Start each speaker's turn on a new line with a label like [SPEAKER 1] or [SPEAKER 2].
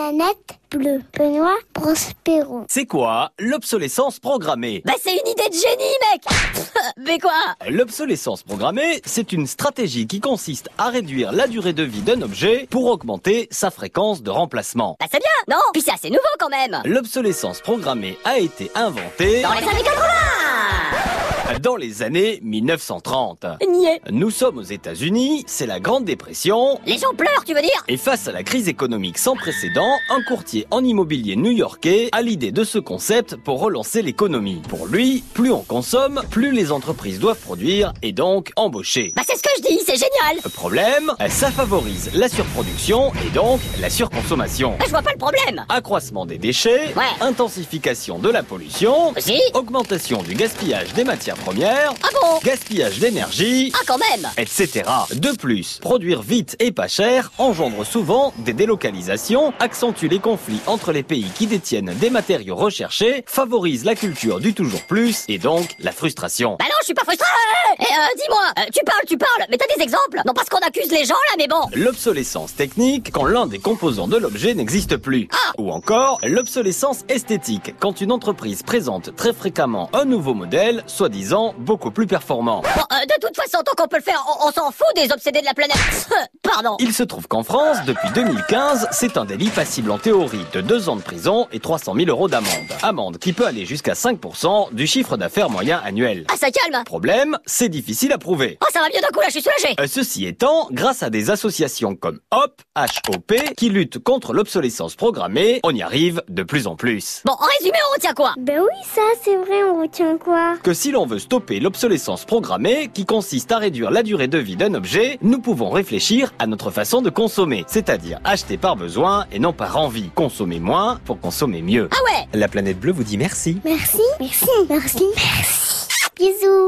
[SPEAKER 1] Planète bleue. Benoît Prospero.
[SPEAKER 2] C'est quoi l'obsolescence programmée
[SPEAKER 3] Bah c'est une idée de génie, mec Mais quoi
[SPEAKER 2] L'obsolescence programmée, c'est une stratégie qui consiste à réduire la durée de vie d'un objet pour augmenter sa fréquence de remplacement.
[SPEAKER 3] Bah c'est bien, non Puis c'est assez nouveau quand même
[SPEAKER 2] L'obsolescence programmée a été inventée
[SPEAKER 3] Dans les années 80
[SPEAKER 2] dans les années 1930.
[SPEAKER 3] Niais
[SPEAKER 2] Nous sommes aux États-Unis, c'est la Grande Dépression,
[SPEAKER 3] Les gens pleurent, tu veux dire
[SPEAKER 2] et face à la crise économique sans précédent, un courtier en immobilier new-yorkais a l'idée de ce concept pour relancer l'économie. Pour lui, plus on consomme, plus les entreprises doivent produire et donc embaucher.
[SPEAKER 3] Bah c'est ce que je dis, c'est génial
[SPEAKER 2] Le problème, ça favorise la surproduction et donc la surconsommation.
[SPEAKER 3] Bah je vois pas le problème
[SPEAKER 2] Accroissement des déchets,
[SPEAKER 3] Ouais.
[SPEAKER 2] intensification de la pollution,
[SPEAKER 3] Si
[SPEAKER 2] augmentation du gaspillage des matières premières,
[SPEAKER 3] Ah bon
[SPEAKER 2] gaspillage d'énergie,
[SPEAKER 3] Ah quand même
[SPEAKER 2] etc. De plus, produire vite et pas cher engendre souvent des délocalisations, accentue les conflits entre les pays qui détiennent des matériaux recherchés, favorise la culture du toujours plus et donc la frustration.
[SPEAKER 3] Bah non, je suis pas frustré Et euh, dis-moi, euh, tu parles, tu parles, mais t'as des exemples Non parce qu'on accuse les gens là, mais bon
[SPEAKER 2] L'obsolescence technique quand l'un des composants de l'objet n'existe plus. Ou encore l'obsolescence esthétique quand une entreprise présente très fréquemment un nouveau modèle, soi-disant beaucoup plus performant.
[SPEAKER 3] Bon, euh, de toute façon, tant qu'on peut le faire, on, on s'en fout des obsédés de la planète Pardon
[SPEAKER 2] Il se trouve qu'en France, depuis 2015, c'est un délit passible en théorie de 2 ans de prison et 300 000 euros d'amende. Amende qui peut aller jusqu'à 5% du chiffre d'affaires moyen annuel.
[SPEAKER 3] Ah ça calme
[SPEAKER 2] Problème, c'est difficile à prouver.
[SPEAKER 3] Oh ça va mieux d'un coup là, je suis soulagé
[SPEAKER 2] Euh, Ceci étant, grâce à des associations comme HOP, HOP, qui luttent contre l'obsolescence programmée, on y arrive de plus en plus.
[SPEAKER 3] Bon, en résumé, on retient quoi
[SPEAKER 1] Ben oui, ça, c'est vrai, on retient quoi
[SPEAKER 2] Que si l'on veut stopper l'obsolescence programmée, qui consiste à réduire la durée de vie d'un objet, nous pouvons réfléchir à notre façon de consommer, c'est-à-dire acheter par besoin et non par envie. Consommer moins pour consommer mieux.
[SPEAKER 3] Ah ouais
[SPEAKER 2] La planète bleue vous dit merci.
[SPEAKER 1] Merci. Merci. Merci. Merci. Bisous.